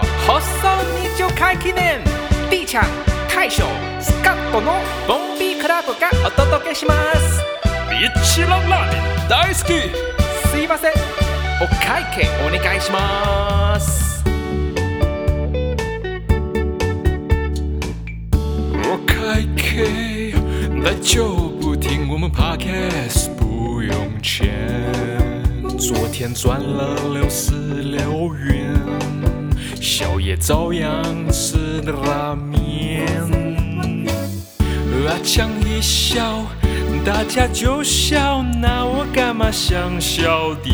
送日常会記念 D ちゃん大将スカットのボンビークラブがお届けしますビッチララーメン大好きすいませんお会計お願いします我开 K，那就不听我们 Podcast 不用钱。昨天赚了六十六元，宵夜照样吃拉面。啊，强一笑，大家就笑，那我干嘛想笑点？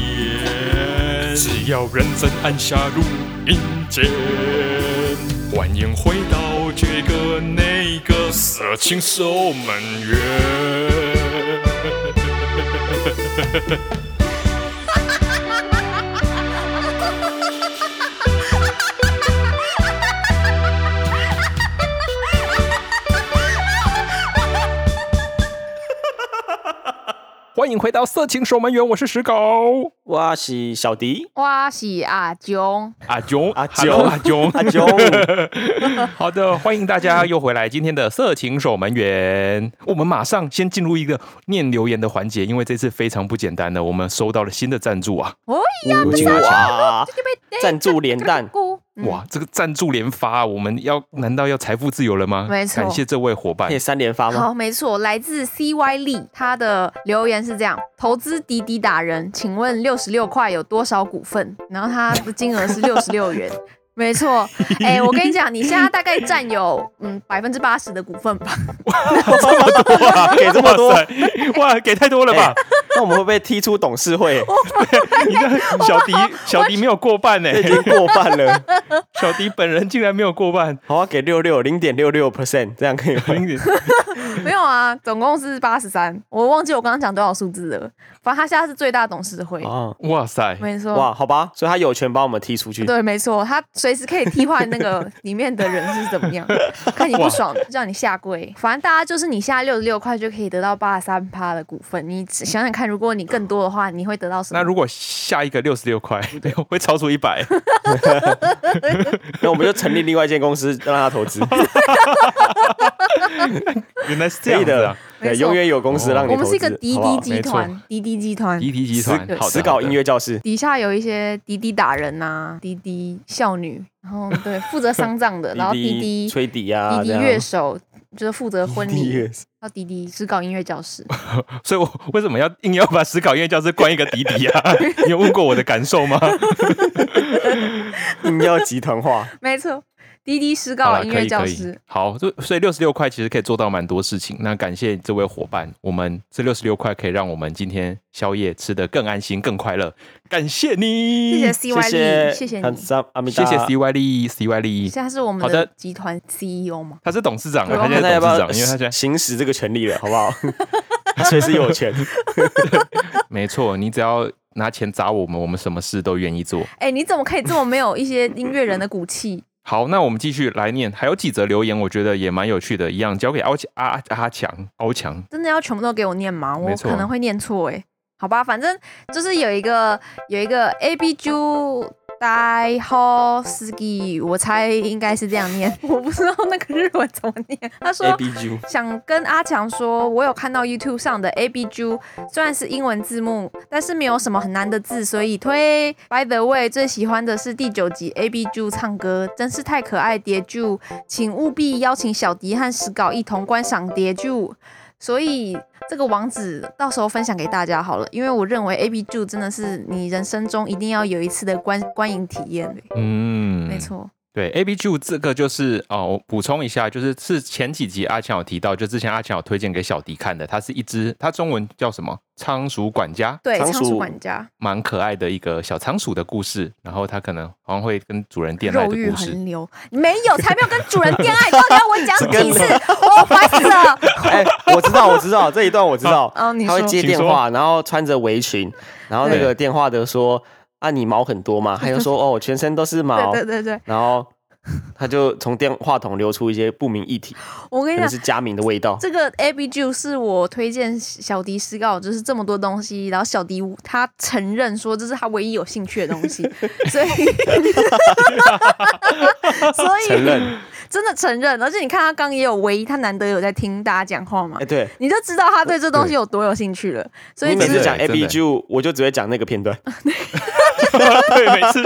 只要认真按下录音键，欢迎回到这个那个色情守门员。欢迎回到色情守门员，我是石狗我是小迪， 我是阿忠，阿炯阿哈喽炯阿炯阿炯好的，欢迎大家又回来今天的色情守门员。我们马上先进入一个念留言的环节，因为这次非常不简单的，我们收到了新的赞助啊！哦呀，不是 哇，这就被赞助连弹咕，嗯哇，这个赞助连发啊，我们要难道要财富自由了吗？没错感谢这位伙伴可以。三连发吗？好，没错，来自 CY 力，他的留言是这样：投资滴滴打人，请问六十六块有多少股份？然后他的金额是六十 六元。没错，哎、我跟你讲，你现在大概占有嗯百分之八十的股份 吧。哇，给这么多哇，哎 塞，哇，给太多了吧？那我们会不会踢出董事会？你看小迪，小迪没有过半呢、这已 经过半 了，小迪本人竟然没有过半。好啊，给六六零点六六 percent，这样可以吗？嗯没有啊，总共是八十三，我忘记我刚刚讲多少数字了。反正他现在是最大董事会，哦，哇塞，没错。哇，好吧，所以他有权把我们踢出去。嗯对，没错，他随时可以替换那个里面的人是怎么样，看你不爽让你下跪。反正大家就是你下六十六块就可以得到八十三趴的股份，你只想想看，如果你更多的话，你会得到什那么？如果下一个六十六块， 会超出一百，那我们就成立另外一间公司，让他投 资，原来是这可以样子的啊！，对，没错永远有公司让你我投们资。是一个滴好不好滴集团，滴滴集团集体集团，好的，死搞音乐教室，底下有一些滴滴打人呐、滴滴少女，然后对负责丧葬 的，然后滴滴吹笛啊，滴滴这样乐手就是负责婚滴滴礼 乐，手还有滴滴只搞音乐教室。所以我为什么要硬要把死搞音乐教室关一个底底 啊？你有问过我的感受吗？硬要集团化，没错，滴滴失好告啦音可乐以教可师以，。好，就所以六十六块其实可以做到蛮多事情。那感谢这位伙伴，我们这六十六块可以让我们今天宵夜吃得更安心、更快乐。感谢你，谢谢 CY 谢力，谢谢汉你，三阿米谢达谢 CY 力 CY 力，现在是我们好的的集团 E CEO 嘛？他是董事长啊，对他现看他在要是董不事要长，因为他现在行使这个权利了，好不好？ 他随时有权，没错，你只要拿钱砸我们，我们什么事都愿意做。哎，你怎么可以这么没有一些音乐人的骨气？ 好，那我们继续来念，还有几则留言，我觉得也蛮有趣的，一样交给阿强阿阿强敖强，真的要全部都给我念吗？没我错可能会念错哎。好吧，反正就是有一个有一个 A B G 呆 h s k i 我猜应该是这样念， 我不知道那个日文怎么念。他说 A B G，想跟阿强说，我有看到 YouTube 上的 A B G，虽然是英文字幕，但是没有什么很难的字，所以推。By the way，最喜欢的是第九集 A B G 唱歌，真是太可爱。叠 G，请务必邀请小迪和石稿一同观赏叠 G。所以这个网址到时候分享给大家好了，因为我认为 A B G 真的是你人生中一定要有一次的观观影体验。嗯，没。错，对，A B G 这个就是哦，我补充一下，就是是前几集阿强有提到，就之前阿强有推荐给小迪看的，它是一只，它中文叫什么？仓鼠管家，对，仓仓鼠鼠管家蛮可爱的一个小仓鼠的故事。然后它可能好像会跟主人恋爱肉的欲故 事。横流，没有，才没有跟主人恋爱，到底要我讲几次这？ 我烦死 了。哎，我知道，我知 道这一段我知道，哦，你他说会接电话，然后穿着围裙，然后那个电话的说啊，你毛很多嘛，他就说哦，我全身都是毛对，对对对，然后他就从电话筒流出一些不明液体，我跟可你能是讲，佳明的味道。这个 Abby Ju 是我推荐小迪施告，就是这么多东西，然后小迪他承认说这是他唯一有兴趣的 东西，所以所承以 认，真的承认，而且你看他刚也有唯一，他难得有在听大家讲话嘛哎，，对，你就知道他对这东西有多有兴趣了，所以你每其次实讲真 A 的 B G，我就只会讲那个片段。对，每 次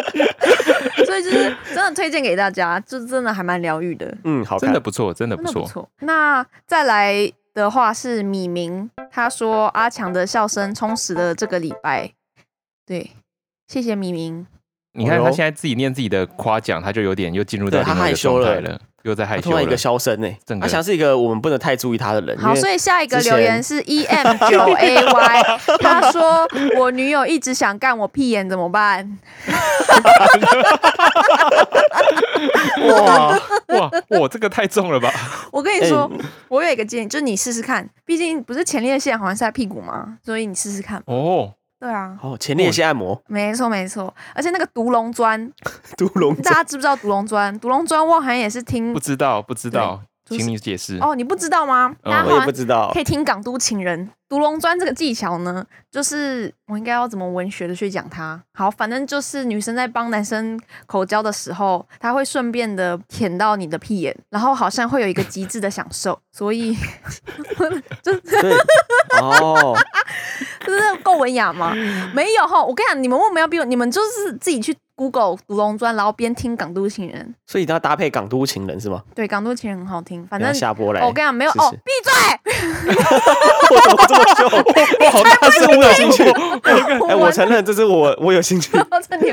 所以就是真的推荐给大家，就真的还蛮疗愈的。嗯，好真的看。不错，真的真不的错不。错。那再来的话是米明，他说阿强的笑声充实了这个礼拜，对，谢谢米明。你看哦他哟现在自己念自己的夸奖，他就有点又进入到对他另外一害个羞状态了了，又在害他羞突然一了个。消声呢整，个阿翔是一个我们不能太注意他的人，因好，为所以下一个之前留言是 E M 九 A Y，他说我女友一直想干我屁眼怎么办？哇哇哇，这个太重了吧？我跟你说哎，我有一个建议，就是你试试看，毕竟不是前列腺好像是在屁股嘛，所以你试试看。哦，对啊，哦，前列腺按摩、没错没错，而且那个独龙砖，独龙 大家知不知道独龙砖？独龙砖我好像也是听不知道不知道，对就是请你解释。哦，你不知道吗？嗯大家好我像也不知道可。以听港都情人独龙砖这个技巧呢，就是我应该要怎么文学的去讲它。好，反正就是女生在帮男生口交的时候，她会顺便的舔到你的屁眼，然后好像会有一个极致的享受，所以 就是 对，哦，就是够文雅吗？没有哈，我跟你讲，你们为什么要逼我？你们就是自己去 Google 独龙砖，然后边听港都情人。所以他搭配港都情人是吗？对，港都情人很好听，反等一正下。下播来。哦我跟你讲，没有试试哦，闭嘴！ 我怎么这么凶？我好大声，我有兴趣。 哎，我完承认这是我，我有兴趣。到这里，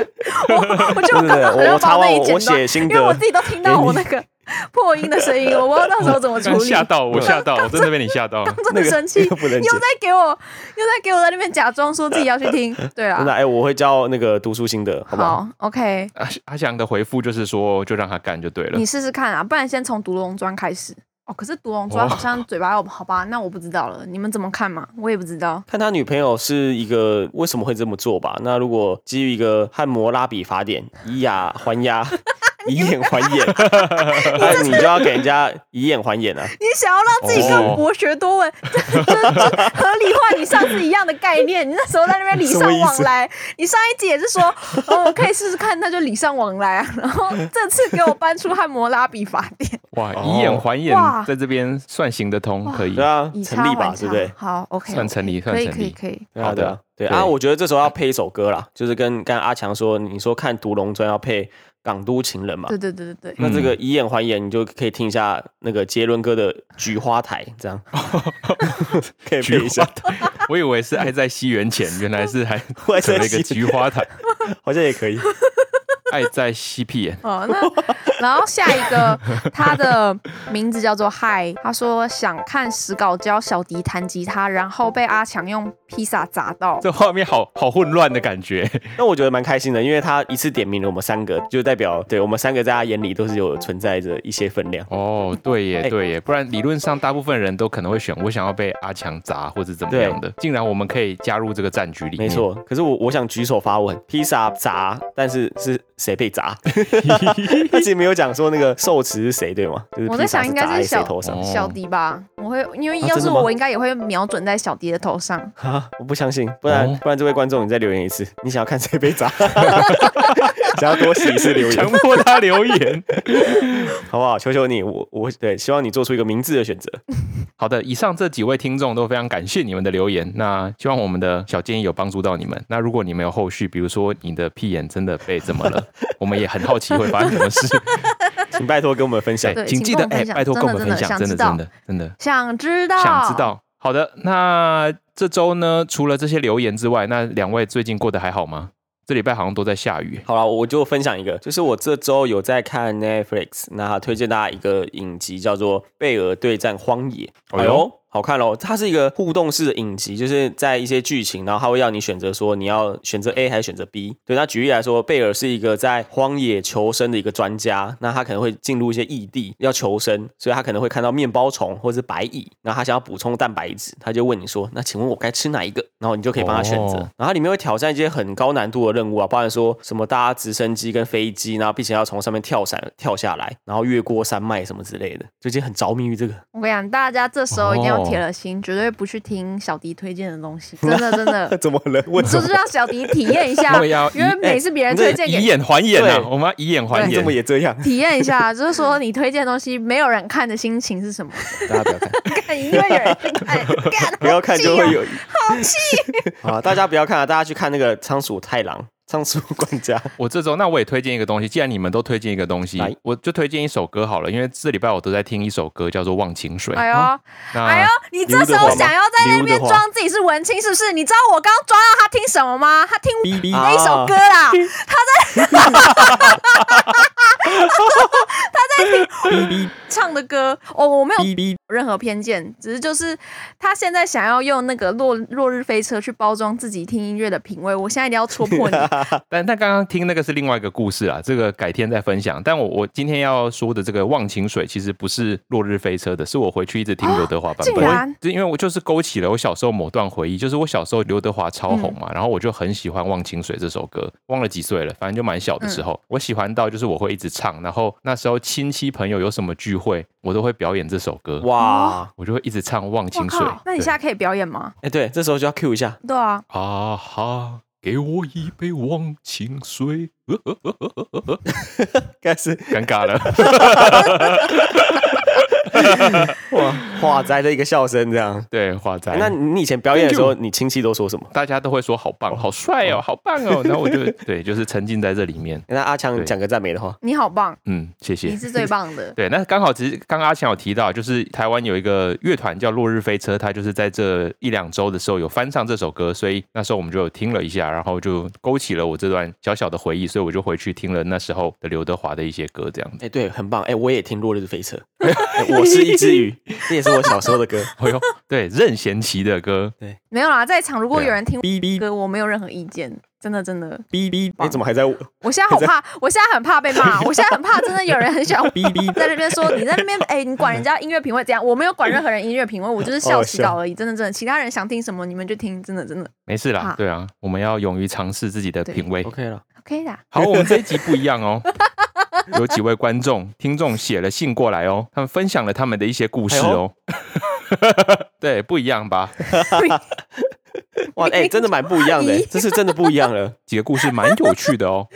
我我 就对对刚对刚好我像我查把完那一我剪我断，写心因为我得自，己都听到我那个破音的声音，我不知道到时候怎么处刚理。吓到我，吓到我，真的被你吓到了。真那的个生气，那个 不能又剪在给我又在给我在那边假装说自己要去 听，对真的啦，哎，我会教那个读书心得，好不好？好，OK，阿阿翔的回复就是说，就让他干就对了你。试试看啊，不然先从独龙砖开始。哦，可是独龙砖哦好像嘴巴有，好吧，那我不知道了，你们怎么看嘛？我也不知道。看他女朋友是一个为什么会这么做吧。那如果基于一个汉谟拉比法典，以雅还雅，以眼还 眼，那 你就要给人家以眼还眼啊。你想要让自己更博学多闻， 这这这合理化你上次一样的概念。你那时候在那边礼尚往来，你上一集也是说，哦，我可以试试看，那就礼尚往来啊。然后这次给我搬出汉谟拉比法典，哇，哦以眼还眼哇，在这边算行得通，可以对啊以，成差立吧还，差对不对？好，OK，算成立，算可以成可以立。可以。对好啊，的对啊，对对啊，我觉得这时候要配一首歌啦，就是跟刚才阿强说，你说看《独龙砖》要配《港都情人》嘛对，对对对对，那这嗯个以眼还眼，你就可以听一下那个杰伦哥的《菊花台》，这样可以 菊配花一下，台，我以为是爱在西元前，原来是还 我还扯在了一个西菊花台， 好像也 可以。爱在西屁眼。哦，那 然后下一个，他的名字叫做嗨，他说想看史稿教小迪弹吉他，然后被阿强用披萨砸到。这画面好好混乱的感觉，那我觉得蛮开心的，因为他一次点名了我们三个，就代表对我们三个在他眼里都是有存在着一些分量。哦，对耶，哎对耶，不然理论上大部分人都可能会选我想要被阿强砸或者怎么样的，竟然我们可以加入这个战局里面，没，错，可是我我想举手发问，披萨砸，但是是谁被砸？ 他其实没有讲说那个受词是谁，对吗？就是我披在萨想是应该砸在是小谁头上哦小迪吧，我会因为啊要真是的吗我应该也会瞄准在小迪的头上。啊！我不相信，不然、哦不然这位观众，你再留言一次，你想要看谁被砸？ 想要多洗一次留言强，迫他留言。好不好？求求你，我我对，希望你做出一个明智的选择。好的，以上这几位听众都非常感谢你们的留言，那希望我们的小建议有帮助到你们。那如果你们有后续，比如说你的屁眼真的被怎么 了，我们也很好奇会发生什么事，请拜托跟我们分享。对请请记跟得我们哎、分享拜托跟真的我们分真的享，想真的知道真的真的。想知道？想知？道。好的，那这周呢，除了这些留言之外，那两位最近过得还好吗？这礼拜好像都在下雨。好了，我就分享一个，就是我这周有在看 Netflix，那推荐大家一个影集叫做《贝尔对战荒野》。哎呦哎呦，好看咯，它是一个互动式的影集，就是在一些剧情，然后它会要你选择说你要选择 A 还是选择 B。对，那举例来说，贝尔是一个在荒野求生的一个专家，那他可能会进入一些异地要求生，所以他可能会看到面包虫或者是白蚁，然后他想要补充蛋白质，他就问你说：“那请问我该吃哪一个？”然后你就可以帮他选择。哦然后它里面会挑战一些很高难度的任务啊，包含说什么搭直升机跟飞机，然后并且要从上面跳伞跳下来，然后越过山脉什么之类的，最近很着迷于这个。，我跟你讲，大家这时候一定要铁了心，绝对不去听小迪推荐的东西，真的真 的 怎么 了？为什就么是让小迪体验 一下那我也要，以 因为每次别人推荐以给眼还眼啊对！我们要以眼还你怎眼么。也这 样？体验一下，就是说你推荐的东西没有人看的心情是什么？大家不要 看，干因为有人去看， 干不要看就会。好气有啊好气 啊！大家不要看啊，大家去看那个仓鼠太郎、仓鼠管家。我这周那我也推荐一个东西，既然你们都推荐一个东西来，我就推荐一首歌好了，因为这礼拜我都在听一首歌，叫做《忘情水哦哎》。呦，啊那哎呦，你这时候想要在那边装自己是文青，是不是？你知道我刚刚抓到他听什么吗？他听哔啊哔那一首歌啦， 哔哔唱的歌哦，我没有哔哔，任何偏见，只是就是他现在想要用那个落落日飞车去包装自己听音乐的品味，我现在一定要戳破你。但但刚刚听那个是另外一个故事啊，这个改天再分享。但我我今天要说的这个《忘情水》其实不是《落日飞车》的，是我回去一直听刘德华版竟本。然我因为我就是勾起了我小时候某段回忆，就是我小时候刘德华超红嗯嘛，然后我就很喜欢《忘情水》这首歌，忘了几岁了，反正就蛮小的嗯时候，我喜欢到就是我会一直唱，然后那时候亲戚朋友有什么聚会，我都会表演这首歌，哇！我就会一直唱《忘情我水》对靠，。那你现在可以表演吗？哎，对，这时候就要 Q 一下，对啊，啊哈，给我一杯忘情水，呃呃呃呃呃呃呃该是尴尬了。 哇哇塞的一个笑声这样。对，华仔。哎那你以前表演的时候，你亲戚都说什么？大家都会说好棒、好帅哦、好棒哦。然后我就对，就是沉浸在这里面。哎那阿对强讲个赞美的话，你好棒，嗯，谢谢你。是最棒的。对，那刚好其实刚刚阿强有提到，就是台湾有一个乐团叫落日飞车，它就是在这一两周的时候有翻唱这首歌，所以那时候我们就有听了一下，然后就勾起了我这段小小的回忆，所以我就回去听了那时候的刘德华的一些歌，这样子。哎，对，很棒。哎，我也听《落日飞车》哎，我是一只鱼，这也是我小时候的歌。哎呦，对，任贤齐的歌，没有啦，在场如果有人听哔哔歌，我没有任何意见，真的真的。哔哔，你怎么还在哎我现在好怕，我现在很怕被骂，我现在很怕，真的有人很想哔哔在那边说你在那边，哎、你管人家音乐品味怎样？我没有管任何人音乐品味，我就是笑起稿而已，真的真的。其他人想听什么你们就听，真的真的没事啦啊，对啊，我们要勇于尝试自己的对品味。 ？OK 了， OK 啦。好，我们这一集不一样哦。 有几位观众、听众写了信过来哦，他们分享了他们的一些故事哦。 对，不一样吧？哇，哎，真的蛮不一样的，哎这是真的不一样了。几个故事蛮有趣的 哦。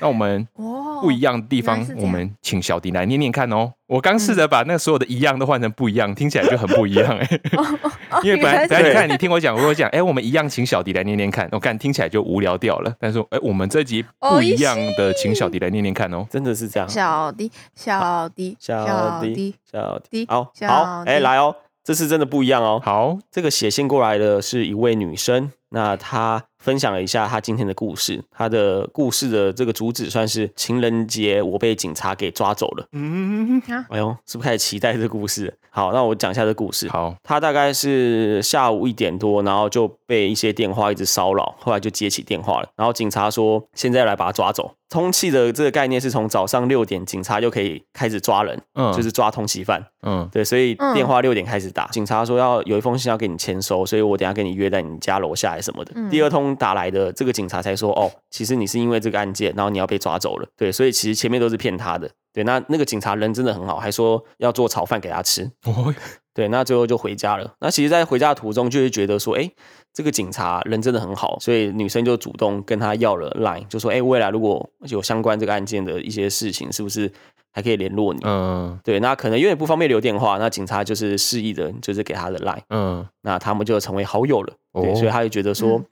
那我们哦，不一样的地原方来是，这我样嗯们请小迪来念念看哦。我刚试着把那所有的一样都换成不一样，听起来就很不一样哎。 哦，因为本来原来是等下 这样你看你听我讲，我讲哎，我们一样请小迪来念念看，我看听起来就无聊掉了。但是哎，我们这集不哦一样的，请小迪来念念看哦。真的是这样。小迪，小迪，小迪迪，，小迪迪，啊好小好，哎，迪来哦，这次真的不一样哦。好，这个写信过来的是一位女生，那她分享了一下她今天的故事。她的故事的这个主旨算是情人节我被警察给抓走了。嗯，啊哎呦，是不是开始期待这个故事了？好，那我讲一下这个故事。好，她大概是下午一点多，然后就被一些电话一直骚扰，后来就接起电话了。然后警察说现在来把她抓走。通缉的这个概念是从早上六点，警察就可以开始抓人，嗯，就是抓通缉犯。 嗯，对，所以嗯电话六点开始打，警察说要有一封信要给你签收，所以我等一下跟你约在你家楼下还是什么的。嗯第二通打来的这个警察才说，哦，其实你是因为这个案件，然后你要被抓走了。对，所以其实前面都是骗他的。对，那那个警察人真的很好，还说要做炒饭给他吃。哦，对，那最后就回家了。那其实，在回家的途中，就会觉得说，哎，这个警察人真的很好，所以女生就主动跟他要了 line，就说，哎，未来如果有相关这个案件的一些事情，是不是还可以联络你？嗯对，那可能有点不方便留电话，那警察就是示意的，就是给他的 line，嗯，那他们就成为好友了。哦对，所以他就觉得说，嗯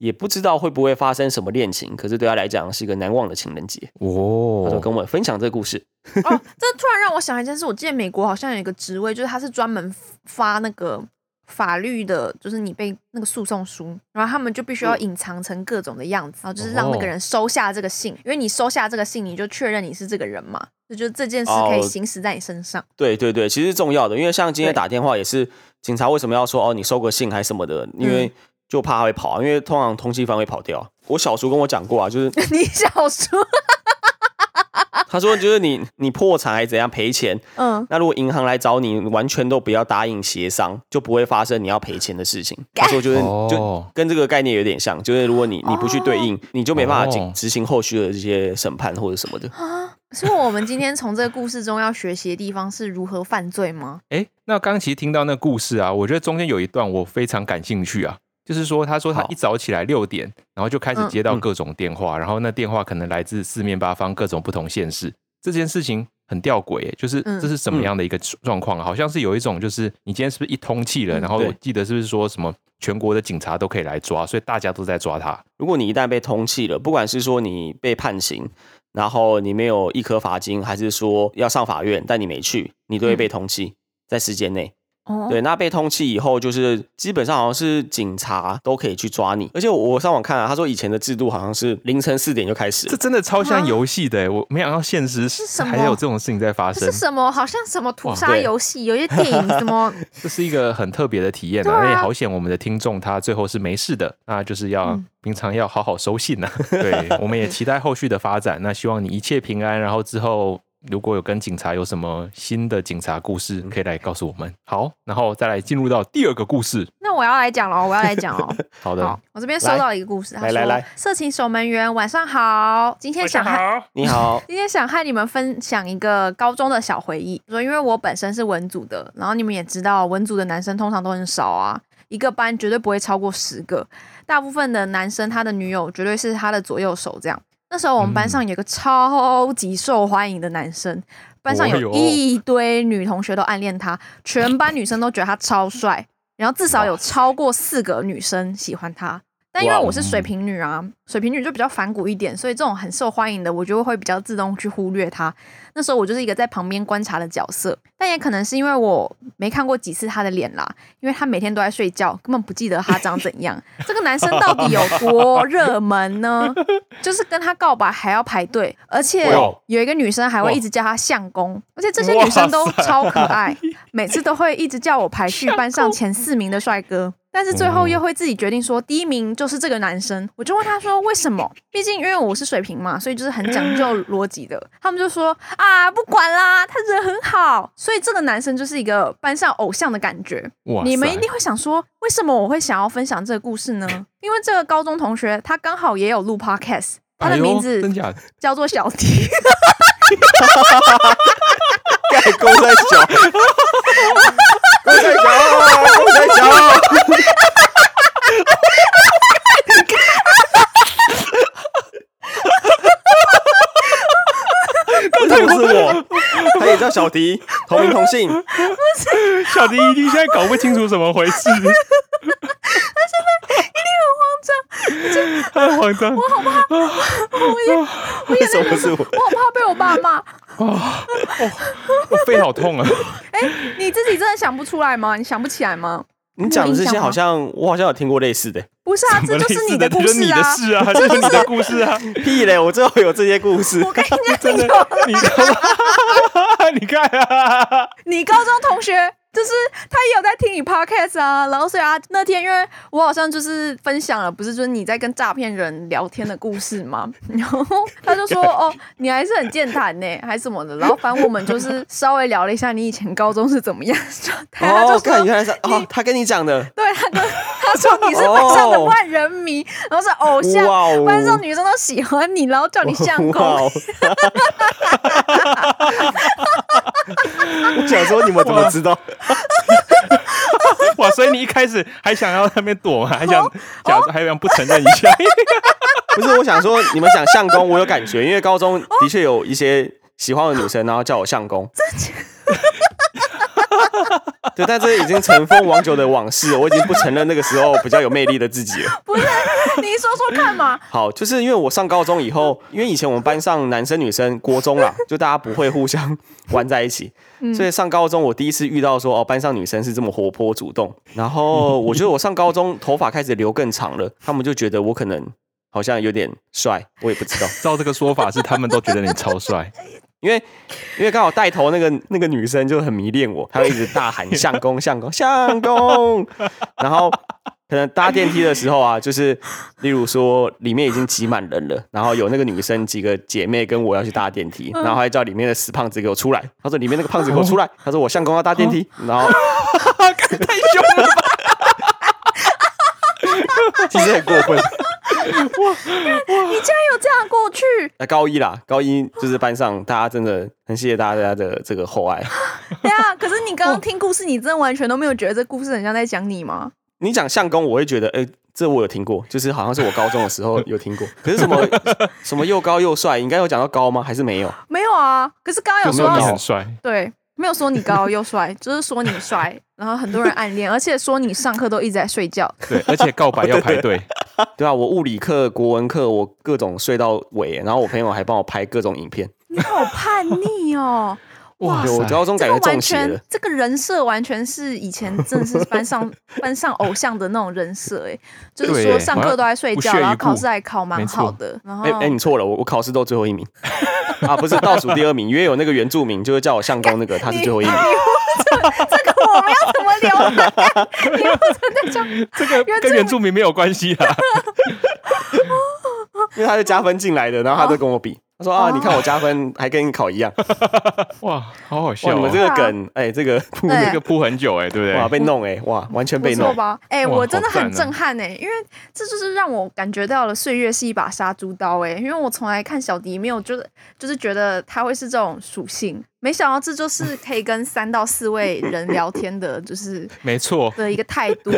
也不知道会不会发生什么恋情，可是对他来讲是一个难忘的情人节。他就哦，跟我们分享这个故事，哦，这突然让我想一件事，我记得美国好像有一个职位，就是他是专门发那个法律的，就是你被那个诉讼书，然后他们就必须嗯要隐藏成哦各种的样子，然后就是让那个人收下这个信，因为你收下这个信，你就确认你是这个人嘛，就就这件事可以哦行驶在你身上。 对对对，其实是重要的，因为像今天对打电话也是，警察为什么要说哦你收个信还是什么的？因嗯为就怕他会跑啊，因为通常通缉犯会跑掉。啊我小叔跟我讲过啊，就是你小叔，他说就是你 你破产还是怎样赔钱，嗯，那如果银行来找你，完全都不要答应协商，就不会发生你要赔钱的事情。他说就是就哦跟这个概念有点像，就是如果你你不去对应，你就没办法哦进执行后续的这些审判或者什么的。所以我们今天从这个故事中要学习的地方是如何犯罪吗？哎，那刚刚其实听到那故事啊，我觉得中间有一段我非常感兴趣啊，就是说他说他好一早起来六点，然后就开始嗯接到嗯各种电话，然后那电话可能来自四面八方各种不同县市。这件事情很吊诡耶，就是嗯这是什么样的一个状况、啊？好像是有一种就是你今天是不是一通气了？然后嗯对我记得是不是说什么全国的警察都可以来抓，所以大家都在抓他。如果你一旦被通缉了，不管是说你被判刑，然后你没有一颗罚金，还是说要上法院，但你没去，你都会被通缉、在时间内。哦，对，那被通缉以后，就是基本上好像是警察都可以去抓你，而且我上网看啊，他说以前的制度好像是凌晨四点就开始这了。真的超像啊游戏的耶，欸我没想到现实是什么还有这种事情在发这生是，什么？好像什么屠哇杀对游戏，有一些电影 什么这是一个很特别的体验对啊！啊那也好险，我们的听众他最后是没事的，那就是要、嗯平常要好好收信 呐、对，我们也期待后续的发展，那希望你一切平安，然后之后。如果有跟警察有什么新的警察故事，可以来告诉我们。好，然后再来进入到第二个故事。那我要来讲喽，我要来讲 喽。好的，好，我这边收到了一个故事，他来来来说：“色情守门员，晚上好，今天想和，好，你好今天想和你们分享一个高中的小回忆。说因为我本身是文组的，然后你们也知道，文组的男生通常都很少啊，一个班绝对不会超过十个，大部分的男生他的女友绝对是他的左右手这样。那时候我们班上有个超级受欢迎的男生，班上哦哟有一堆女同学都暗恋他，全班女生都觉得他超帅，然后至少有超过四个女生喜欢他。但因为哇哦我是嗯水瓶女啊，水瓶女就比较反骨一点，所以这种很受欢迎的，我就会比较自动去忽略他。那时候我就是一个在旁边观察的角色，但也可能是因为我没看过几次他的脸啦，因为他每天都在睡觉，根本不记得他长怎样。这个男生到底有多热门呢？就是跟他告白还要排队，而且哇哦有一个女生还会一直叫他相公，而且这些女生都超可爱，每次都会一直叫我排序班上前四名的帅哥。但哦是最后又会自己决定说，第一名就是这个男生。我就问他说为 什么？毕竟因为我是水瓶嘛，所以就是很讲究逻辑的。 他们就说啊，不管啦，他人很好，所以这个男生就是一个班上偶像的感觉。哇你们塞一定会想说，为什么我会想要分享这个故事呢？ 因为这个高中同学他刚好也有录 podcast，他的哎呦名字真假的？叫做小 迪。盖勾在脚，勾在脚，勾在脚，为什么是我？他也叫小迪，同名同姓。小迪一定现在搞不清楚怎么回事， 他现在一定很慌张，很慌张。为什么是我？我好怕被我爸骂，我肺好痛啊！哎你自己真的想不出来吗？你想不起来吗？你讲的这些好像我好像有听过类似的。不是啊，这就是你的故就是你事的啊！事啊，就是你的故事 啊，屁嘞！我最后有这些故事我，跟你讲，真的，你看， 你看啊，你高中同学就是他也有在听你 podcast 啊，然后所以啊，那天因为我好像就是分享了，不是就是你在跟诈骗人聊天的故事嘛， 然后他 就说哦，你还是很健谈呢，还什么的，然后反正我们就是稍微聊了一下你以前高中是怎么样的状态，他就哦，说看原来是哦，他跟你讲的，对他跟他说你是班上的万人迷，然后是偶像哇哦，班上女生都喜欢你，然后叫你相公。 哇哦我想说你们怎么知道？哇！所以你一开始还想要那边躲嘛，还想假装还想不承认一 下，哎不是，我想说 你们讲相公，我有感觉，因为高中的确有一些喜欢的女生，然后叫我相公。 对，但这已经尘封已久的往事，我已经不承认那个时候比较有魅力的自己了。不是，你说说看嘛。好，就是因为我上高中以后，因为以前我们班上男生女生国中啦，就大家不会互相玩在一起，所以上高中我第一次遇到说哦，班上女生是这么活泼主动。然后我觉得我上高中头发开始留更长了，他们就觉得我可能好像有点帅，我也不知道。照这个说法是他们都觉得你超帅，因为因为刚好带头那个那个女生就很迷恋我，她就一直大喊相公相公相公，然后可能搭电梯的时候啊，就是例如说里面已经挤满人了，然后有那个女生几个姐妹跟我要去搭电梯，然后还叫里面的死胖子给我出来，她说里面那个胖子给我出来，她说我相公要搭电梯，然后哦太凶了吧。其实很过分，你竟然有这样过去，那高一啦，高一就是班上大家真的很谢谢大家的这个厚爱。 对啊。可是你刚刚听故事，你真的完全都没有觉得这故事很像在讲你吗？你讲相公，我会觉得，哎、这我有听过，就是好像是我高中的时候有听过。可是什么什么又高又帅，应该有讲到高吗？还是没有？没有啊。可是刚刚有有没说有到你什很么帅？对，没有说你高 又帅，就是说你帅，然后很多人暗恋，而且说你上课都一直在睡觉。对，而且告白要排队，对啊，我物理课、国文课，我各种睡到尾，然后我朋友还帮我拍各种影片。你好叛逆哦！ 哇对我塞高中这感个觉完中邪了全，，这个人设完全是以前真的是班上班上偶像的那种人设，哎，就是对说耶上课都在睡觉，好像不屑一顾然后考试还考蛮没错好的，然后哎哎、你错了，我我考试都最后一名 啊，不是倒数第二名，因为有那个原住民，就是叫我相公那个，他是最后一名。这个我们要怎么聊 呢？你又在讲这个原住跟原住民没有关系啊啦。因为他是加分进来的，然后他就跟我比，他说啊，哦你看我加分还跟你考一 样，哇，好好哇，笑你们这哦！个梗，哎、这个铺对这个铺很久哎，对不对哇？被弄哎、哇，完全被不弄错，吧？哎、哇我真的好很赞啊震撼哎、因为这就是让我感觉到了岁月是一把杀猪刀哎、因为我从来看小迪没有就是就是觉得他会是这种属性，没想到这就是可以跟三到四位人聊天的，就是没错，的一个态度。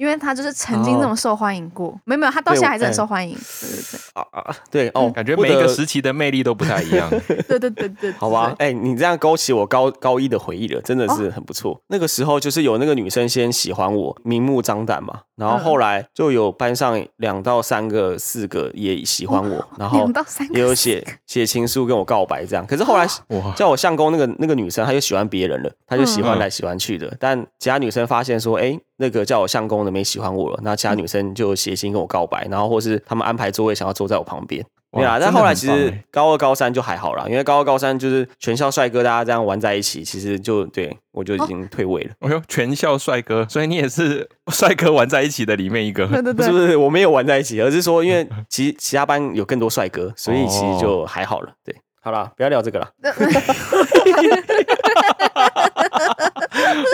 因为他就是曾经这么受欢迎过，没有没有，他到哦对现在我还是很哎受欢迎。对啊啊，对嗯哦，感觉不每一得个时期的魅力都不太一 样。对对对对对对，哦好吧，哎、你这样勾起我高高一的回忆了，真的是很不错。那个时候就是有那个女生先喜欢我，明目张胆嘛，然后后嗯来就有班上两到三个、四个也喜欢我，然后哦两到三个嗯也有写写情书跟我告白这样。可是后来哇叫我相公那个那个女生，她就喜欢别人了，她就嗯喜欢来喜欢去的。但其他女生发现说，哎、那个叫我相公的没喜欢我了，那其他女生就写信跟我告白，然后或是他们安排座位想要坐在我旁边。哇对啊，但真的后来很其棒实欸哎高二、高三就还好啦，因为高二、高三就是全校帅哥，大家这样玩在一起，其实就对我就已经退位了。哎呦，全校帅哥，所以你也是帅哥玩在一起的里面一个。 对对不是不，对是，我没有玩在一起，而是说因为其其他班有更多帅哥，所以其实就还好了。对，好啦，不要聊这个了。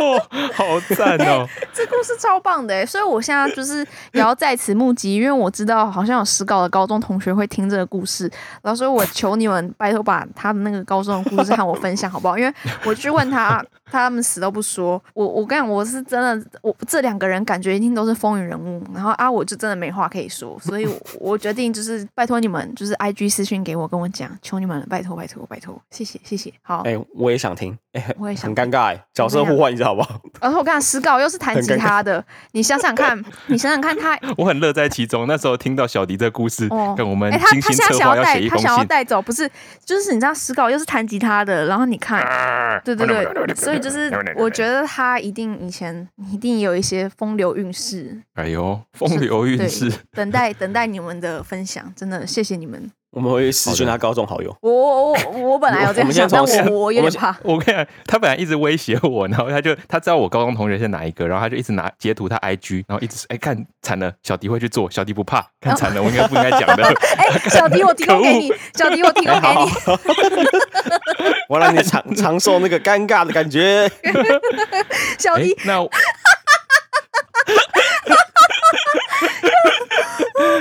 哦，好赞哦！这故事超棒的哎，所以我现在就是也要在此募集，因为我知道好像有实稿的高中同学会听这个故事，然后所以我求你们拜托把他的那个高中的故事和我分享好不好？因为我去问他，他们死都不说。我我跟你讲，我是真的，我这两个人感觉一定都是风云人物，然后啊，我就真的没话可以说，所以我我决定就是拜托你们，就是 I G 私讯给我，跟我讲，求你们了，拜托拜托拜托，谢谢谢谢，好，哎、我也想听，哎、我也想很尴尬哎、角色互换一下好不好？而且我跟你讲，史稿又是弹吉他的，你想想看，你想想看他，我很乐在其中。那时候听到小迪这故事哦，跟我们哎、他精他心现在策想划要带写一他封想要信。带走，不是，就是你知道史稿又是弹吉他的，然后你看，啊对对对，所以就是我觉得他一定以前一定有一些风流韵事，哎呦，风流韵事对，等待等待你们的分享，真的谢谢你们。我们会私讯他高中好友。我我我我本来有这样想，我但们先我从我我有点怕。 我跟你讲，他本来一直威胁我，然后他就他知道我高中同学是哪一个，然后他就一直拿截图他 IG，然后一直哎看惨了，小迪会去做，小迪不怕，看哦惨了，我应该不应该讲的，哎、小迪，我提供给你，小迪，我提哎供给你。我让你尝尝受那个尴尬的感觉。 小哎迪，，那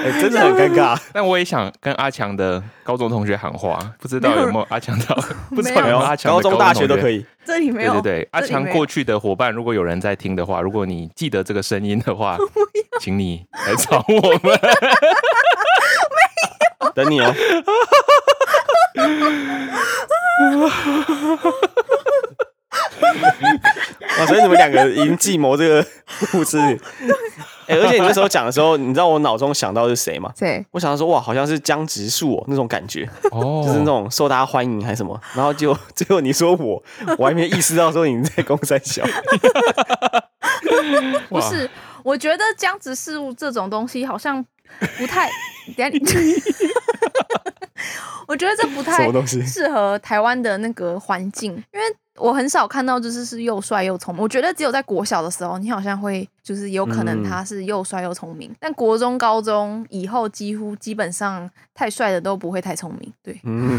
哎、真的很尴尬。 但我也想跟阿强的高中同学喊 话，不知道有没有阿强的， 不知道有没没有有然后阿强的高中、大学都可以。以。这里没对有，对对，阿这里强没有过去的伙伴，如果有人在听的话，如果你记得这个声音的 话，请你来找我们。等你哦。哇！所以你们两个已经计谋这个故事，哎、而且你那时候讲的时候，你知道我脑中想到是谁吗？谁？我想到说，哇，好像是江直树哦，那种感觉，哦就是那种受大家欢迎还是什么，然后就 最后你说我，我还没意识到说你在公山小，不不是，我觉得僵直事 物这种东西好像不太，等一下你我我觉得这不什太么东西？适合台湾的那个环境，因为我很少看到就是是又帅又聪明。我觉得只有在国小的时候，你好像会就是有可能嗯他是又帅又聪明，但国中、高中以后几乎基本上太帅的都不会太聪明。对嗯，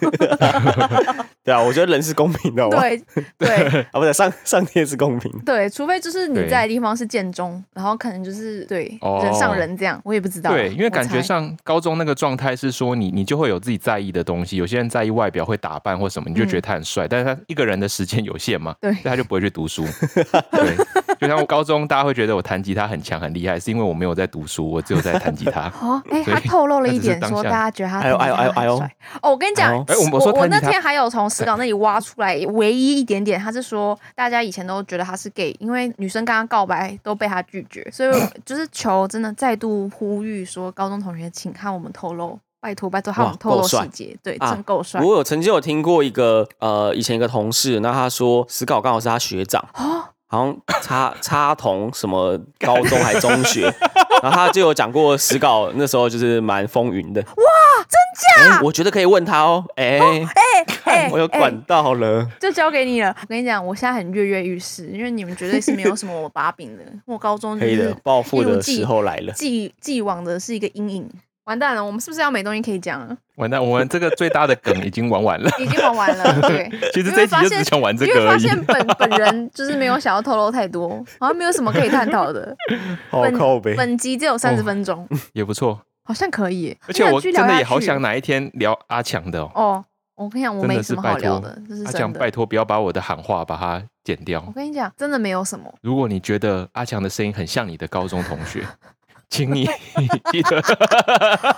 对啊，我觉得人是公平的，哦好不好对 对啊，不对，上上天是公平的。对，除非就是你对在的地方是建中，然后可能就是对哦人上人这样，我也不知道啊。对，因为我感觉猜上高中那个状态是说你，你就会有自己在意的东西。有些人在意外表，会打扮或什么，你就觉得他很帅，但是他一个人的时间有限嘛，嗯对。所以他就不会去读书。对，就像高中大家会觉得我弹吉他很强很厉害，是因为我没有在读书，我只有在弹吉他 哦，哎、所 以他透露了一他只是点当说，下大家觉得他哎呦哎呦哎呦哎呦很帅哦，我跟你讲哎呦，哎我们我我说弹那吉他天还有从 石稿那里挖出来唯一一点点，他是说大家以前都觉得他是 gay，因为女生跟他告白都被他拒绝，所以 就是求真的再度呼吁说，高中同学请看我们透露，拜托拜托，看我们哇透够露细帅节，对，啊真够帅、我有曾经有听过一个呃，以前一个同事，那他说史稿刚好是他学长，哦，好像插插同什么高中还中 学，然后他就有讲过史稿那时候就是蛮风云的。哇，真假？我觉得可以问他哦。哎、哎、我有哎管到了。就交给你了。我跟你讲，我现在很跃跃欲试，因为你们绝对是没有什么我把柄的。我高中 就可以的是，报复一如的既时候来了。既既往的是一个阴影。完蛋了，我们是不是要没东西可以讲 了？完蛋，我们这个最大的梗已经玩完了。已经玩完了， 对。其实这你会一集发就现只想玩这因为个而发已。现本本人就是没有想要透露太多，好像没有什么可以探 讨的。好本靠呗。本集只有三十分钟，也不错。好像可以耶。哦而且我居真然去聊的下也好去想哪一天聊阿强的哦。哦。我跟你讲，我真的没是什么好拜托聊的，这是阿强，真拜的。托不要把我的喊话把它剪掉我。跟你讲，真的没有什么。如果你觉得阿强的声音很像你的高中同 学，请你记得我跟你讲，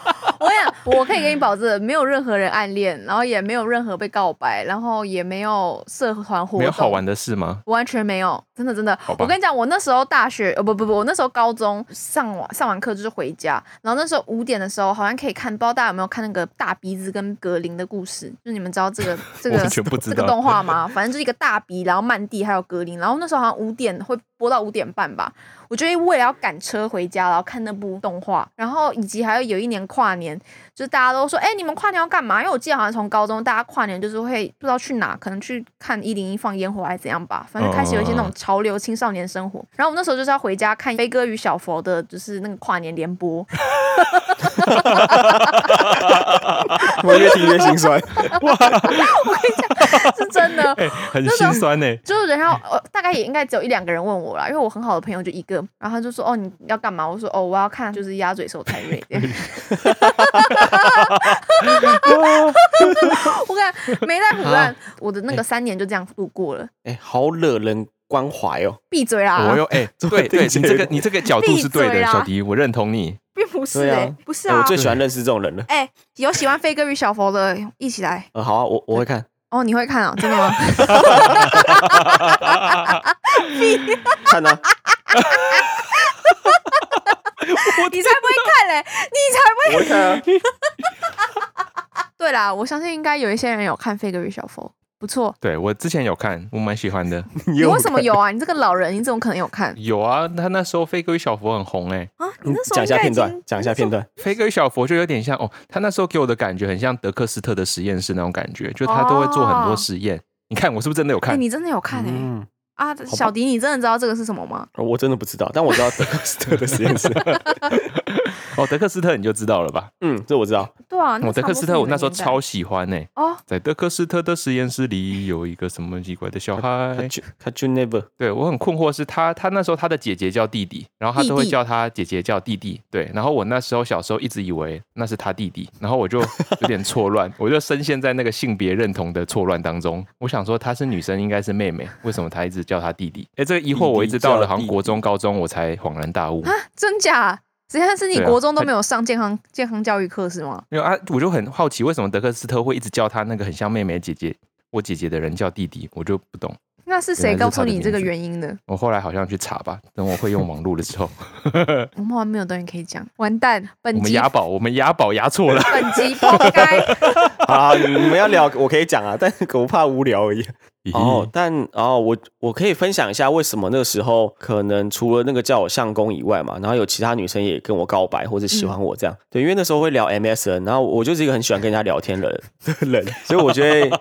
我可以跟你保证，没有任何人暗恋，然后也没有任何被告白，然后也没有社团活没有动，好玩的事吗？完全没有，真的真的。吧我跟你讲，我那时候大学，呃不不不，我那时候高中上完上完课就是回家，然后那时候五点的时候，好像可以看，不知道大家有没有看那个大鼻子跟格林的故事，就是你们知道这 个这个完全不知这道个动画吗？反正就是一个大鼻，然后曼蒂还有格林，然后那时候好像五点会播到五点半吧。我就为了要赶车回家，然后看那部动画，然后以及还有有一年跨年，就是大家都说，哎、你们跨年要干嘛？因为我记得好像从高中大家跨年就是会不知道去哪，可能去看一零一放烟火还是怎样吧，反正就开始有一些那种潮流青少年生活。然后我那时候就是要回家看飞哥与小佛的，就是那个跨年联播， 我越听越心 酸。是真的。很心酸欸呢、就是人家呃，大概也应该只有一两个人问我啦，因为我很好的朋友就一个，然后他就说哦你要干嘛？我说哦我要看就是鸭嘴兽泰瑞。 我看没在胡乱，我的那个三年就这样度过了。哎、好惹人关怀哦。闭嘴啦！我又哎、 怎么对对，你听起来这个你这个角度是对啊闭嘴啊的，啦小迪，我认同 你。并不是对啊哎、不是哎啊我。最喜欢认识这种人了。哎、有喜欢飞哥与小佛的，一起来呃，好啊，我我会 看。哦！你会看哦，真的 吗？看啊，你才不会看嘞、你才不会。我会看啊。对啦，我相信应该有一些人有看飞哥与小佛，不错。对我之前有看，我蛮喜欢 的。你你有 为什么有啊？你这个老人，你怎么可能有看有啊，他那时候飞哥与小佛很红哎、啊？你嗯那时候讲一下应该已片段经，讲一下片。段。飞哥与小佛就有点像哦，他那时候给我的感觉很像德克斯特的实验室那种感觉，就他都会做很多实验。你看我是不是真的有哎、看？你真的有看哎、嗯，啊，小迪，你真的知道这个是什么吗？我真的不知道，但我知道德克斯特的实验室。哦，德克斯特你就知道了吧？哦嗯，这我知道。对啊，那我德克斯特，我那时候差超不多喜欢呢、哦在德克斯特的实验室里有一个什么奇怪的小他孩，就他就 never 对我很困惑是他，他那时候他的姐姐叫弟弟，然后他都会弟弟叫他姐姐叫弟弟，对，然后我那时候小时候一直以为那是他弟弟，然后我就有点错乱，我就深陷在那个性别认同的错乱当中，我想说她是女生应该是妹妹，为什么他一直叫她弟弟？哎，这个疑惑我一直到了好像国中、高中我才恍然大悟，啊，真假？实际上是你对啊国中都没有上健康、健康教育课是吗？因为啊，我就很好奇为什么德克斯特会一直叫他那个很像妹妹姐姐。我姐姐的人叫弟弟，我就不懂。那是谁原来告是诉他的你这个名字原因的？我后来好像去查吧，等我会用网络的时候，我们好像没有东西可以讲，完蛋，我本们集押宝，我们押宝押错了。本集活 该。好，你们要聊，我可以讲啊，但我怕无聊而已。哦，但哦，我我可以分享一下为什么那个时候可能除了那个叫我相公以外嘛，然后有其他女生也跟我告白或者喜欢我这样。对，因为那时候会聊 MSN，然后我就是一个很喜欢跟人家聊天的人，人所以我觉得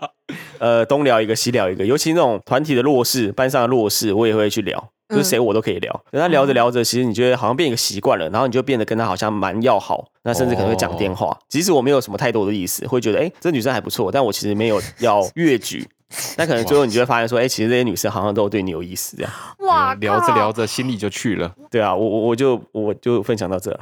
呃东聊一个西聊一个，尤其那种团体的弱势、班上的弱势，我也会去聊。就是谁我都可以聊，跟他聊着聊着，其实你觉得好像变一个习惯了，然后你就变得跟他好像蛮要好，那甚至可能会讲电话。哦即使我没有什么太多的意思，会觉得哎、诶这女生还不错，但我其实没有要越 矩，但可能最后你就会发现说，哎、其实这些女生好像都对你有意思，这样。哇，嗯聊着聊 着，着心里就去了。对啊，我我我就我就分享到这。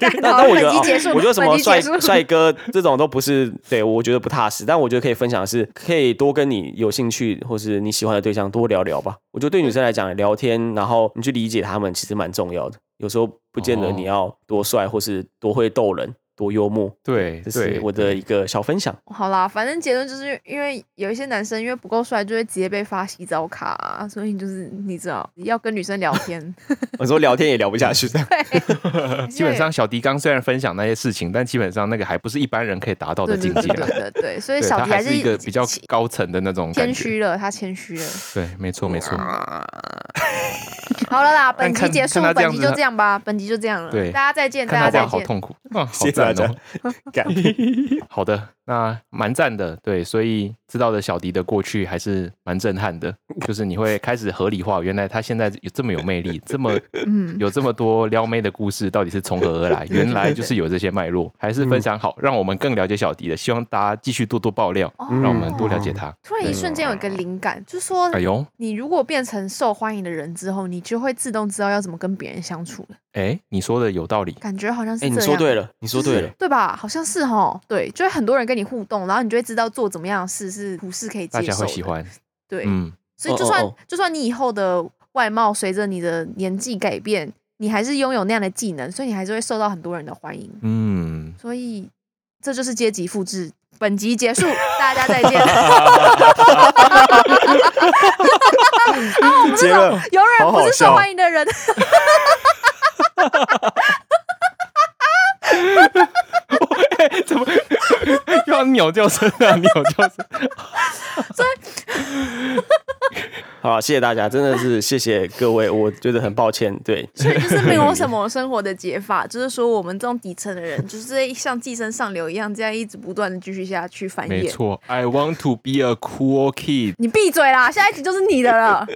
但但我觉得，本哦集结束，我觉得什么本集帅结束帅哥这种都不是对我觉得不踏实，但我觉得可以分享的是，可以多跟你有兴趣或是你喜欢的对象多聊聊吧。我觉得对女生来讲，聊天然后你去理解他们，其实蛮重要的。有时候不见得哦你要多帅，或是多会逗人，多幽默。 对，这是对，我的一个小分享。 好啦，反正结论就是因为有一些男生因为不够帅，就会直接被发洗澡卡、啊所以就是你知道要跟女生聊 天， 我说聊天也聊不下去，这样基本上小迪刚虽然分享那些事情，但基本上那个还不是一般人可以达到对的对境对界啊。对对对，所以对，小他迪还还是是一个比较谦高层的那种感谦觉。虚了，他谦虚 了。对，没错没错。好了啦，本但集看结束，看他这本样集子就他这样吧，本集就这样了，对大家再见，看大他这家样再好见。痛 苦啊！好 谢谢大赞家哦。干好的，那蛮赞的，对，所以知道的小迪的过去还是蛮震撼的，就是你会开始合理化，原来他现在有这么有魅力，这么嗯，有这么多撩妹的故事，到底是从何 而来？原来就是有这些脉络，还是分享好，让我们更了解小迪的，希望大家继续多多爆料，哦让我们多了解他。突然一瞬间有一个灵感，就是说哎呦，你如果变成受欢迎的人之后，你就会自动知道要怎么跟别人相处了，哎，你说的有道理，感觉好像是哎，这你样。说对了，你说对 了。对吧？好像是哦，对，就会很多人跟你互动，然后你就会知道做怎么样的事是不是可以接大受的，家会喜欢，对，嗯，所以就哦哦算哦就算你以后的外貌随着你的年纪改变，你还是拥有那样的技能，所以你还是会受到很多人的欢迎。嗯，所以这就是阶级复制。本集结束，大 家再见。 结论有人不是受好好笑欢迎的人， 怎么又要鸟叫声啊？鸟叫声，好啊，谢谢大家，真的是谢谢各位，我觉得很抱歉，对，所以就是没有什么生活的解法，就是说我们这种底层的人，就是像寄生上流一样，这样一直不断的继续下去繁 没衍。错，I want to be a cool kid。你闭嘴啦！下一集就是你的 了，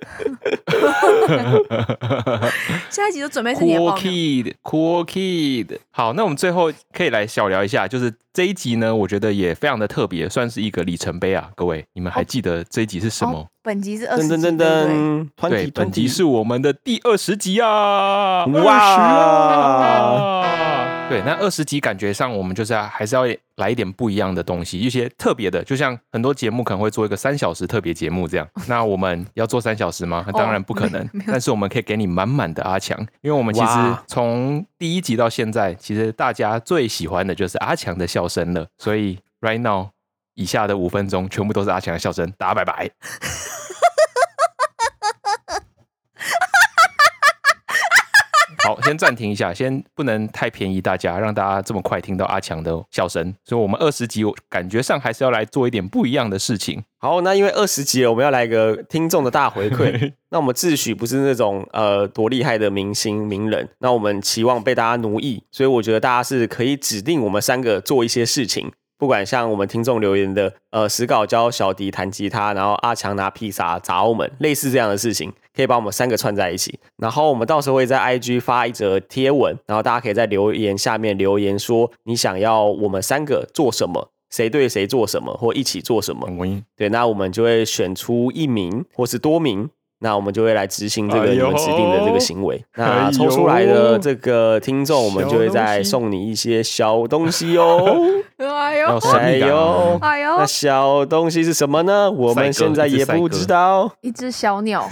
下一集就准备是你的 Cool 报名。 Kid, Cool Kid。好， 那我们最后可以来小聊一下，就是这一集呢，我觉得也非常的特别，算是一个里程碑啊，各位，你们还记得这一集是什么？哦本集是二十噔集，噔对噔不对？噔，团对，体团本集体是我们的第二十集啊！哇啊！对，那二十集感觉上我们就是要还是要来一点不一样的东西，一些特别的，就像很多节目可能会做一个三小时特别节目这样。那我们要做三小时吗？当然不可能，但是我们可以给你满满的阿强，因为我们其实哇从第一集到现在，其实大家最喜欢的就是阿强的笑声了。所以 right now 以下的五分钟全部都是阿强的笑声，大家拜拜。好，先暂停一下，先不能太便宜大家，让大家这么快听到阿强的笑声。所以，我们二十集我感觉上还是要来做一点不一样的事情。好，那因为二十集了，我们要来个听众的大回馈。那我们自诩不是那种呃多厉害的明星名人，那我们期望被大家奴役，所以我觉得大家是可以指定我们三个做一些事情。不管像我们听众留言的，呃，史稿教小迪弹吉他，然后阿强拿披萨砸我们，类似这样的事情，可以把我们三个串在一起。然后我们到时候会在 IG 发一则贴文，然后大家可以在留言下面留言说你想要我们三个做什么，谁对谁做什么，或一起做什么。很文艺，对，那我们就会选出一名或是多名，那我们就会来执行这个哎你呦们指定的这个行为。哎那呦抽出来的这个听众，我们就会小再东西送你一些小东 西哦。哎要呦，神秘感啊呦。哎呦那，小东西是什么呢？我们现在也不知道。 一只小鸟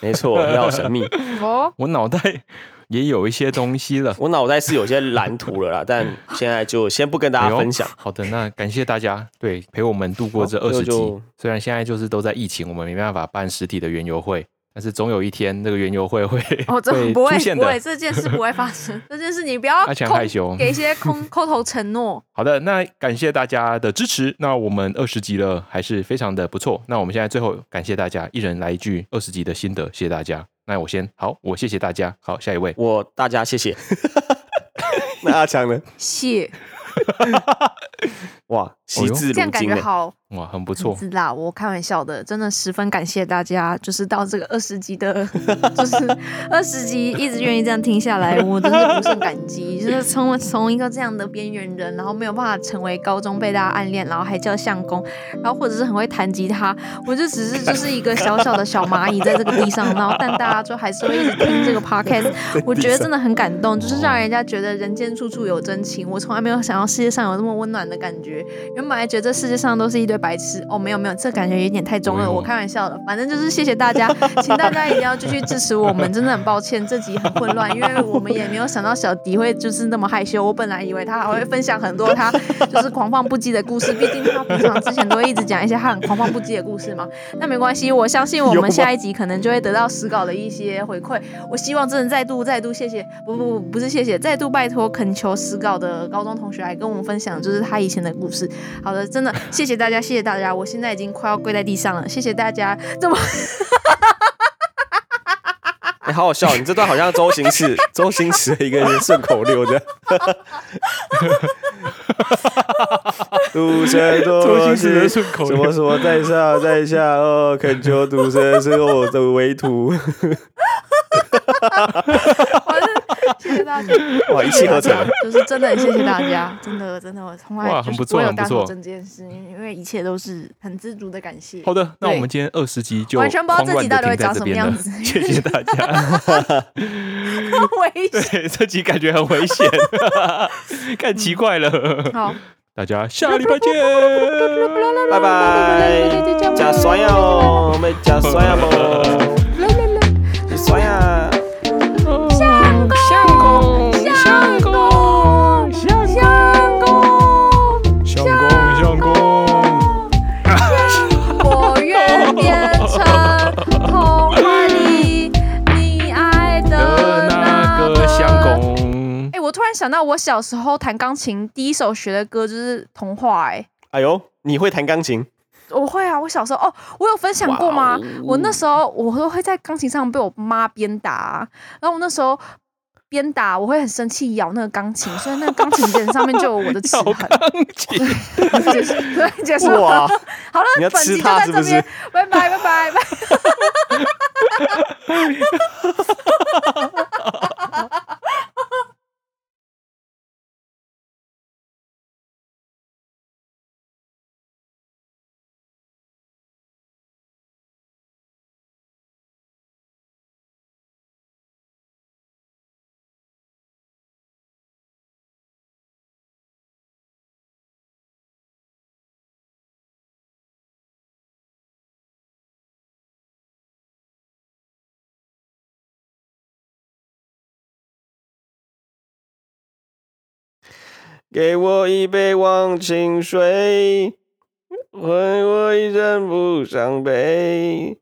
没错，要神秘。哦，我脑袋 也有一些东西了。我脑袋是有些蓝图了啦，但现在就先不跟 大哎家呦分享。好的，那感谢大家对陪我们度过这好二十那就集。虽然现在就是都在疫情，我们没办法办实体的园游会，但是总有一天那个园游会会、哦， 这会不出会现不会，的。这件事不会发生。这件事你不要阿强空害羞给一些空 口头承诺。好的，那感谢大家的支持。那我们二十集了，还是非常的不错。那我们现在最后感谢大家，一人来一句二十集的心得，谢谢大家。那我先好，我谢谢大家。好，下一位，我大家 谢谢。那阿强呢？谢，哇，哎惜字这如样感金哎觉呢。好。哇，很不不错。知道，我开玩笑的，真的十分感谢大家，就是到这个二十集的，就是二十集一直愿意这样听下来，我真的不胜感激。就是从从一个这样的边缘人，然后没有办法成为高中被大家暗恋，然后还叫相公，然后或者是很会弹吉他，我就只是就是一个小小的小蚂蚁在这个地上，然后但大家就还是会一直听 这个 podcast，我觉得真的很感动，就是让人家觉得人间处处有真情。我从来没有想到世界上有这么温暖的感觉。原本还觉得这世界上都是一堆白痴，哦，没有没有，这感觉有点太中哎二，呦我开玩笑的。反正就是谢谢大家，请大家一定要继续支持我们。真的很抱歉，这集很混乱，因为我们也没有想到小迪会就是那么害羞。我本来以为他还会分享很多他就是狂放不羁的故事，毕竟他平常之前都会一直讲一些他很狂放不羁的故事嘛。那没关系，我相信啊我有吗们下一集可能就会得到史稿的一些回馈。我希望真的再度再度谢谢，不不不不是谢谢，再度拜托恳求史稿的高中同学来跟我们分享，就是他以前的故事。好的，真的谢谢大家，谢谢大家，我现在已经快要跪在地上了，谢谢大家。这么 哎、好好笑！你这段好像周星 驰，周星驰的一个顺口溜这样。赌神周多星驰的是顺口什溜么什么在下在下哦，恳求赌神是我的为 徒。完了，谢谢大家，哇，一谢气谢大呵家成。，就是真的很谢谢大家，真的真的，我从来哇就是很不错 我有很不大头错针这件事，因为一切都是很知足的感谢。好的，那我对们今天二十集就完全不知道自己到底会长什狂乱地停在这边么样了子谢 谢大家。危险。对，这集感觉很危险，看奇怪了。好，大家下礼拜见。拜拜，加酸呀哦，我们加酸呀不？酸呀。 相公，相公，相公，相公。相公，相公。我愿变成童话里你爱的的那那个相。公哎、。我突然想到，我小时候弹钢琴，第一首学的歌就是《童话、哎，哎呦，你会弹钢琴？我会啊，我小时候哦，我有分享过吗？我那时候我都会在钢琴上被我妈鞭打啊、然后我那时候鞭打，我会很生气，咬那个钢琴，所以那个钢琴键上面就有我的齿咬痕。钢琴，结束，对，结束。哇，好了你要，本吃集就它是在这不是，边拜拜拜拜拜。给我一杯忘情水，还我一针不伤悲。